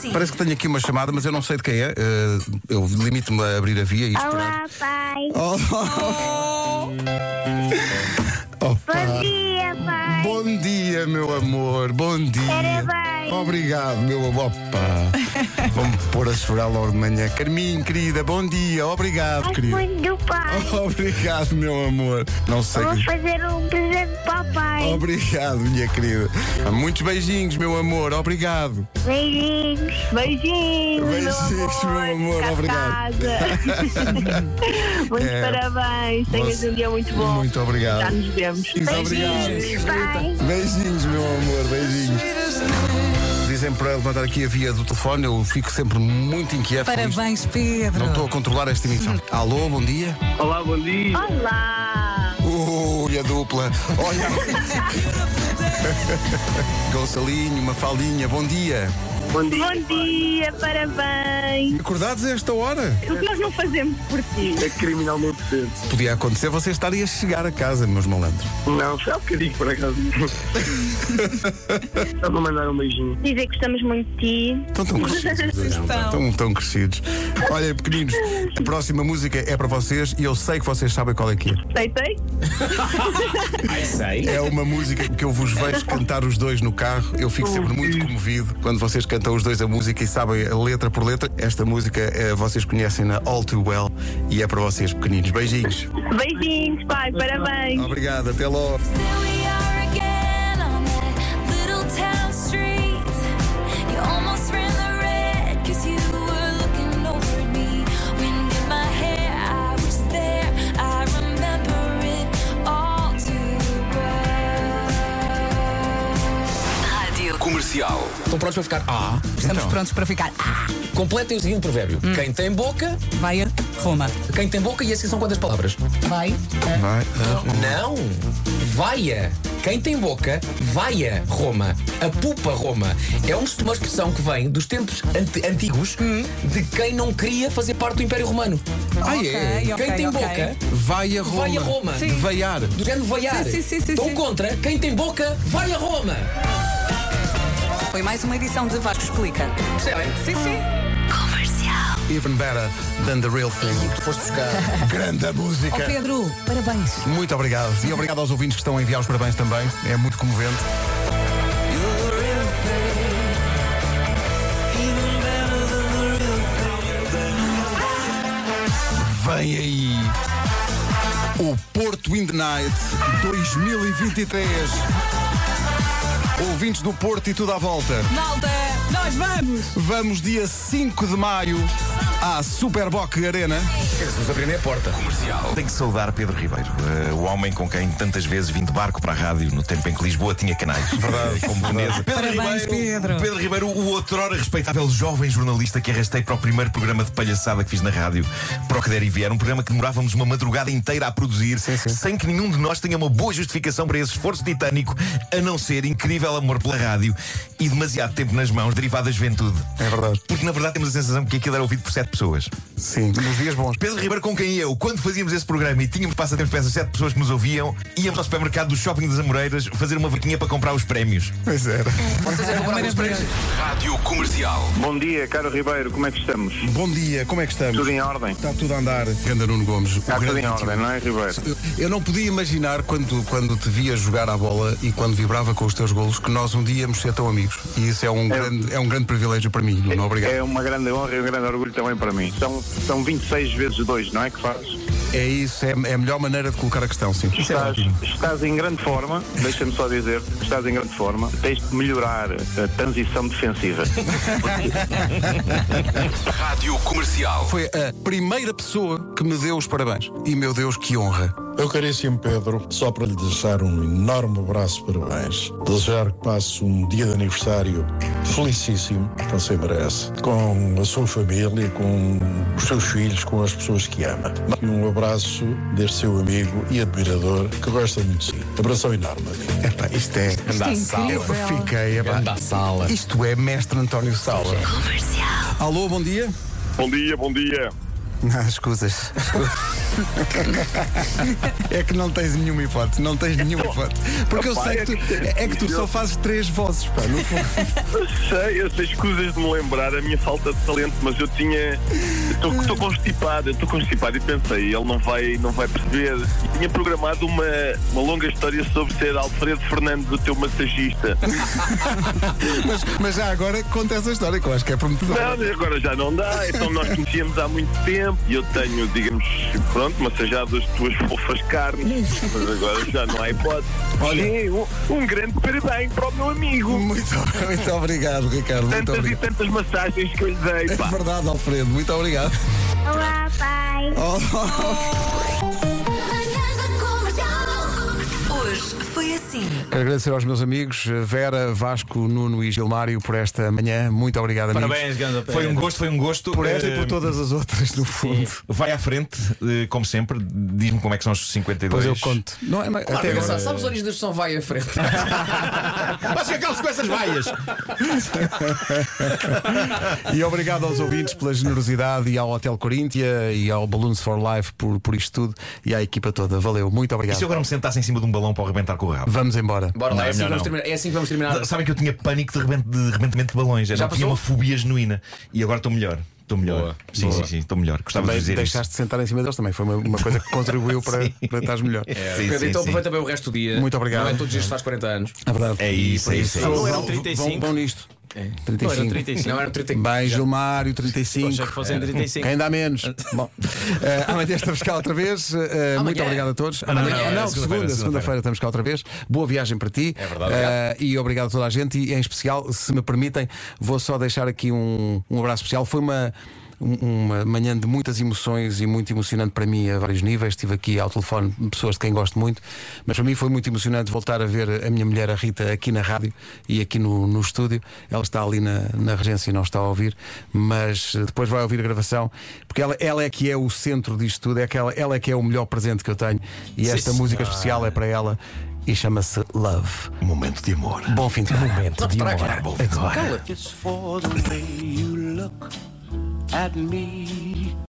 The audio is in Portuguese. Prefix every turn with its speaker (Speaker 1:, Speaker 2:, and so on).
Speaker 1: Sim.
Speaker 2: Parece que tenho aqui uma chamada, mas eu não sei de quem é. Eh, eu limito-me a abrir a via e esperar.
Speaker 3: Olá, pai.
Speaker 1: Oh,
Speaker 2: Oh,
Speaker 3: Bom
Speaker 2: pá.
Speaker 3: dia, pai.
Speaker 2: Bom dia, meu amor. Bom dia.
Speaker 3: Parabéns.
Speaker 2: Obrigado, meu amor. Opa. Vamos pôr a chorar logo de manhã. Carminho, querida, bom dia. Obrigado,
Speaker 3: Gosto
Speaker 2: querida.
Speaker 3: muito do pai.
Speaker 2: Obrigado, meu amor. Não sei.
Speaker 3: Vou
Speaker 2: que-
Speaker 3: fazer um presente para o pai.
Speaker 2: Obrigado, minha querida. Muitos beijinhos, meu amor. Obrigado.
Speaker 3: Beijinhos.
Speaker 4: Beijinhos,
Speaker 2: Beijinhos,
Speaker 4: meu amor.
Speaker 2: meu amor,
Speaker 4: Fica
Speaker 2: obrigado.
Speaker 4: a casa. Muitos
Speaker 2: É.
Speaker 4: parabéns. Tenhas um dia muito bom.
Speaker 2: Muito obrigado.
Speaker 4: Já nos vemos.
Speaker 2: Obrigado.
Speaker 3: Beijinhos, pai.
Speaker 2: Beijinhos, meu amor. Beijinhos. Dizem para levantar aqui a via do telefone. Eu fico sempre muito inquieto. com isto.
Speaker 1: Parabéns, Pedro.
Speaker 2: Não estou a controlar esta emissão. Alô, bom dia.
Speaker 5: Olá, bom dia.
Speaker 4: Olá.
Speaker 2: Ui, a dupla. Olha. Gonçalinho, uma faldinha, bom dia.
Speaker 5: Bom dia.
Speaker 4: Bom dia, parabéns.
Speaker 2: Acordados a esta hora?
Speaker 4: O que nós não fazemos por ti?
Speaker 5: É criminalmente cedo.
Speaker 2: Podia acontecer vocês estarem a chegar a casa, meus malandros.
Speaker 5: Não, foi há bocadinho por acaso. Só para mandar um beijinho.
Speaker 4: Dizer que gostamos muito de ti.
Speaker 2: Estão tão crescidos. os dois, não estão? Estão tão crescidos. Olha, pequeninos, a próxima música é para vocês e eu sei que vocês sabem qual é que é.
Speaker 4: Sei, sei.
Speaker 6: Sei.
Speaker 2: É uma música que eu vos vejo cantar os dois no carro. Eu fico sempre muito comovido quando vocês cantam os dois a música e sabem a letra por letra. Esta música eh, vocês conhecem na All Too Well e é para vocês, pequeninos. Beijinhos.
Speaker 4: Beijinhos, pai. Parabéns.
Speaker 2: Obrigado, até logo.
Speaker 7: There we are again on that little town street. You almost ran the red 'cause you were looking over at me. Wind in my hair, I was there. I remember it all too well.
Speaker 6: Comercial.
Speaker 1: Estão prontos para ficar. Ah, estamos prontos para ficar. Ah,
Speaker 6: Completem o seguinte provérbio: quem tem boca,
Speaker 1: vai a Roma.
Speaker 6: quem tem boca, e assim são quantas palavras?
Speaker 1: Vai.
Speaker 2: Vai.
Speaker 6: Não! Vaia! Quem tem boca, vaia Roma. A pupa Roma. É um- uma expressão que vem dos tempos ante- antigos de quem não queria fazer parte do Império Romano.
Speaker 2: Ah,
Speaker 1: Ok,
Speaker 2: é?
Speaker 1: ok,
Speaker 6: quem tem
Speaker 1: ok.
Speaker 6: boca,
Speaker 2: Vai a Roma.
Speaker 6: Vai a Roma.
Speaker 2: De
Speaker 6: Sim.
Speaker 2: vaiar.
Speaker 6: do género vaiar.
Speaker 1: Sim, sim, sim, sim,
Speaker 6: Estão
Speaker 1: sim.
Speaker 6: contra, quem tem boca, vai a Roma.
Speaker 1: Foi mais uma edição de Vasco Explica.
Speaker 6: Percebem?
Speaker 1: Sim, sim.
Speaker 2: Even better than the real thing.
Speaker 6: Foste buscar.
Speaker 2: Grande música.
Speaker 1: Ó Oh, Pedro, parabéns.
Speaker 2: Muito obrigado. E obrigado aos ouvintes que estão a enviar os parabéns também. É muito comovente. Vem aí o Porto in the Night 2023. Ouvintes do Porto e tudo à volta.
Speaker 1: Malta, nós vamos.
Speaker 2: Vamos dia 5 de maio à Superboc Arena.
Speaker 6: Jesus, abrindo a porta.
Speaker 8: Tenho que saudar Pedro Ribeiro, eh, o homem com quem tantas vezes vim de barco para a rádio no tempo em que Lisboa tinha canais. Verdade. Como Veneza.
Speaker 1: Parabéns, Pedro.
Speaker 8: Pedro Ribeiro, o outrora respeitável jovem jornalista que arrastei para o primeiro programa de palhaçada que fiz na rádio, para o que der e vier, um programa que demorávamos uma madrugada inteira a produzir, sem que nenhum de nós tenha uma boa justificação para esse esforço titânico, a não ser incrível amor pela rádio e demasiado tempo nas mãos, derivado da juventude.
Speaker 2: É verdade.
Speaker 8: Porque na verdade temos a sensação que aquilo era ouvido por sete pessoas.
Speaker 2: Sim, nos dias bons.
Speaker 8: Pedro Ribeiro, com quem eu, quando fazíamos esse programa e tínhamos passatempos para essas sete pessoas que nos ouviam, íamos ao supermercado do Shopping das Amoreiras fazer uma vaquinha para comprar os prémios.
Speaker 2: Pois era.
Speaker 9: Rádio Comercial.
Speaker 5: Bom dia, caro Ribeiro, como é que estamos?
Speaker 2: Bom dia, como é que estamos?
Speaker 5: Tudo em ordem?
Speaker 2: Está tudo a andar. Ganda Nuno Gomes.
Speaker 5: Está tudo em ordem, não é, Ribeiro?
Speaker 2: Eu não podia imaginar quando, quando te via jogar à bola e quando vibrava com os teus golos que nós um dia íamos ser tão amigos. E isso é um, Grande, é um grande privilégio para mim, Nuno. Obrigado.
Speaker 5: É uma grande honra e um grande orgulho também para mim. São, são 26 vezes 2, não é que fazes?
Speaker 2: É isso, é, é a melhor maneira de colocar a questão, sim.
Speaker 5: Estás, estás em grande forma, deixa-me só dizer, estás em grande forma. Tens de melhorar a transição defensiva.
Speaker 9: Rádio Comercial.
Speaker 2: Foi a primeira pessoa que me deu os parabéns. E meu Deus, que honra.
Speaker 10: Meu caríssimo Pedro, só para lhe deixar um enorme abraço de parabéns, desejar que passe um dia de aniversário felicíssimo, que você merece, com a sua família, com os seus filhos, com as pessoas que ama. E um abraço deste seu amigo e admirador que gosta muito de si. Abração enorme, amigo.
Speaker 2: Epá, isto é.
Speaker 6: Anda à
Speaker 2: Eu
Speaker 6: sala.
Speaker 2: fiquei, é epá.
Speaker 6: Anda à sala.
Speaker 2: Isto é mestre António Sala. Comercial. Alô, bom dia.
Speaker 11: Bom dia, bom dia.
Speaker 2: Ah, escusas. É que não tens nenhuma hipótese, não tens nenhuma hipótese. Porque eu
Speaker 5: Opa,
Speaker 2: sei que tu,
Speaker 5: é que-
Speaker 2: Então, é que tu só fazes três vozes, pá, no fundo.
Speaker 5: Eu sei, eu sei, escusas de me lembrar a minha falta de talento, mas eu tinha. Estou constipado, eu estou constipado e pensei, ele não vai, não vai perceber. E tinha programado uma, uma longa história sobre ser Alfredo Fernandes, o teu massagista.
Speaker 2: Mas, mas já agora conta essa história, que eu acho que é prometedora.
Speaker 5: Não, mas agora já não dá, então nós conhecíamos há muito tempo e eu tenho, digamos, pronto, massajado as tuas fofas carnes, mas agora já não há hipótese. Olha, um, um grande parabéns para o meu amigo.
Speaker 2: Muito, muito obrigado, Ricardo. Muito
Speaker 5: Tantas e
Speaker 2: obrigado.
Speaker 5: tantas massagens que eu lhe dei,
Speaker 2: É
Speaker 5: pá.
Speaker 2: verdade, Alfredo, muito obrigado.
Speaker 3: Olá, pai.
Speaker 2: Oh,
Speaker 7: Manhãs da Comercial.
Speaker 1: Hoje foi assim.
Speaker 2: Quero agradecer aos meus amigos Vera, Vasco, Nuno e Gilmário por esta manhã. Muito obrigado, amigos.
Speaker 11: Parabéns, Ganda
Speaker 8: Foi um gosto, foi um gosto.
Speaker 2: Por esta e
Speaker 8: Eh,
Speaker 2: por todas as outras, no fundo.
Speaker 8: Vai à frente, eh, como sempre, diz-me como é que são os 52.
Speaker 2: Pois eu conto. Não, é, não, até
Speaker 6: Sabe-
Speaker 2: agora.
Speaker 6: Sabes onde os são vai à frente?
Speaker 8: Mas que acalço com essas vaias!
Speaker 2: E obrigado aos ouvintes pela generosidade e ao Hotel Coríntia e ao Balloons for Life por, por isto tudo e à equipa toda. Valeu, muito
Speaker 8: E se eu
Speaker 2: obrigado.
Speaker 8: agora me sentasse em cima de um balão para o arrebentar com o rabo?
Speaker 2: Vamos embora.
Speaker 6: Bora lá,
Speaker 8: Não,
Speaker 6: é, assim
Speaker 8: não,
Speaker 6: que vamos
Speaker 8: não.
Speaker 6: terminar, é assim que vamos terminar.
Speaker 8: Sabem que eu tinha pânico de, rebent, de rebentamento de balões. Eu
Speaker 6: Já
Speaker 8: não tinha
Speaker 6: passou?
Speaker 8: uma fobia genuína. E agora estou melhor. Estou melhor.
Speaker 11: Boa,
Speaker 8: Sim,
Speaker 11: boa.
Speaker 8: sim, sim, estou melhor. Gostava
Speaker 2: Bem,
Speaker 8: de dizer isto.
Speaker 2: deixaste de sentar em cima deles também. Foi uma, uma coisa que contribuiu para, para estares melhor. É,
Speaker 8: Sim,
Speaker 6: Pedro,
Speaker 8: sim,
Speaker 6: então
Speaker 8: sim.
Speaker 6: aproveita bem o resto do dia.
Speaker 2: Muito obrigado.
Speaker 6: Não é todos os dias que faz 40 anos.
Speaker 2: verdade.
Speaker 8: É isso, é isso. é isso.
Speaker 11: Não eram
Speaker 2: Vão-
Speaker 11: 35?
Speaker 2: Vão, vão nisto.
Speaker 11: É. Não, eram
Speaker 2: 35.
Speaker 11: 35.
Speaker 6: Não era 30
Speaker 2: Bem, Gilmário,
Speaker 11: Achei
Speaker 2: 35.
Speaker 11: que fossem 35.
Speaker 2: É. Quem dá menos? Bom, eh, amanhã estamos cá outra vez. Eh, muito obrigado a todos. Amanhã,
Speaker 11: não,
Speaker 2: não,
Speaker 11: não,
Speaker 2: segunda, segunda-feira
Speaker 8: segunda-feira, segunda-feira.
Speaker 2: estamos cá outra vez. Boa viagem para ti. É
Speaker 11: verdade,
Speaker 2: e obrigado a toda a gente. E em especial, se me permitem, vou só deixar aqui um, um abraço especial. Foi uma. um- Uma manhã de muitas emoções e muito emocionante para mim a vários níveis. Estive aqui ao telefone pessoas de quem gosto muito, mas para mim foi muito emocionante voltar a ver a minha mulher, a Rita, aqui na rádio e aqui no, no estúdio. Ela está ali na, na regência e não está a ouvir, mas eh, depois vai ouvir a gravação, porque ela, ela é que é o centro disto tudo, é que ela, ela é que é o melhor presente que eu tenho e esta música especial é para ela e chama-se Love.
Speaker 8: Momento de amor.
Speaker 2: Bom fim de momento de amor.
Speaker 8: Bom, agora.
Speaker 12: It's for the way you look at me.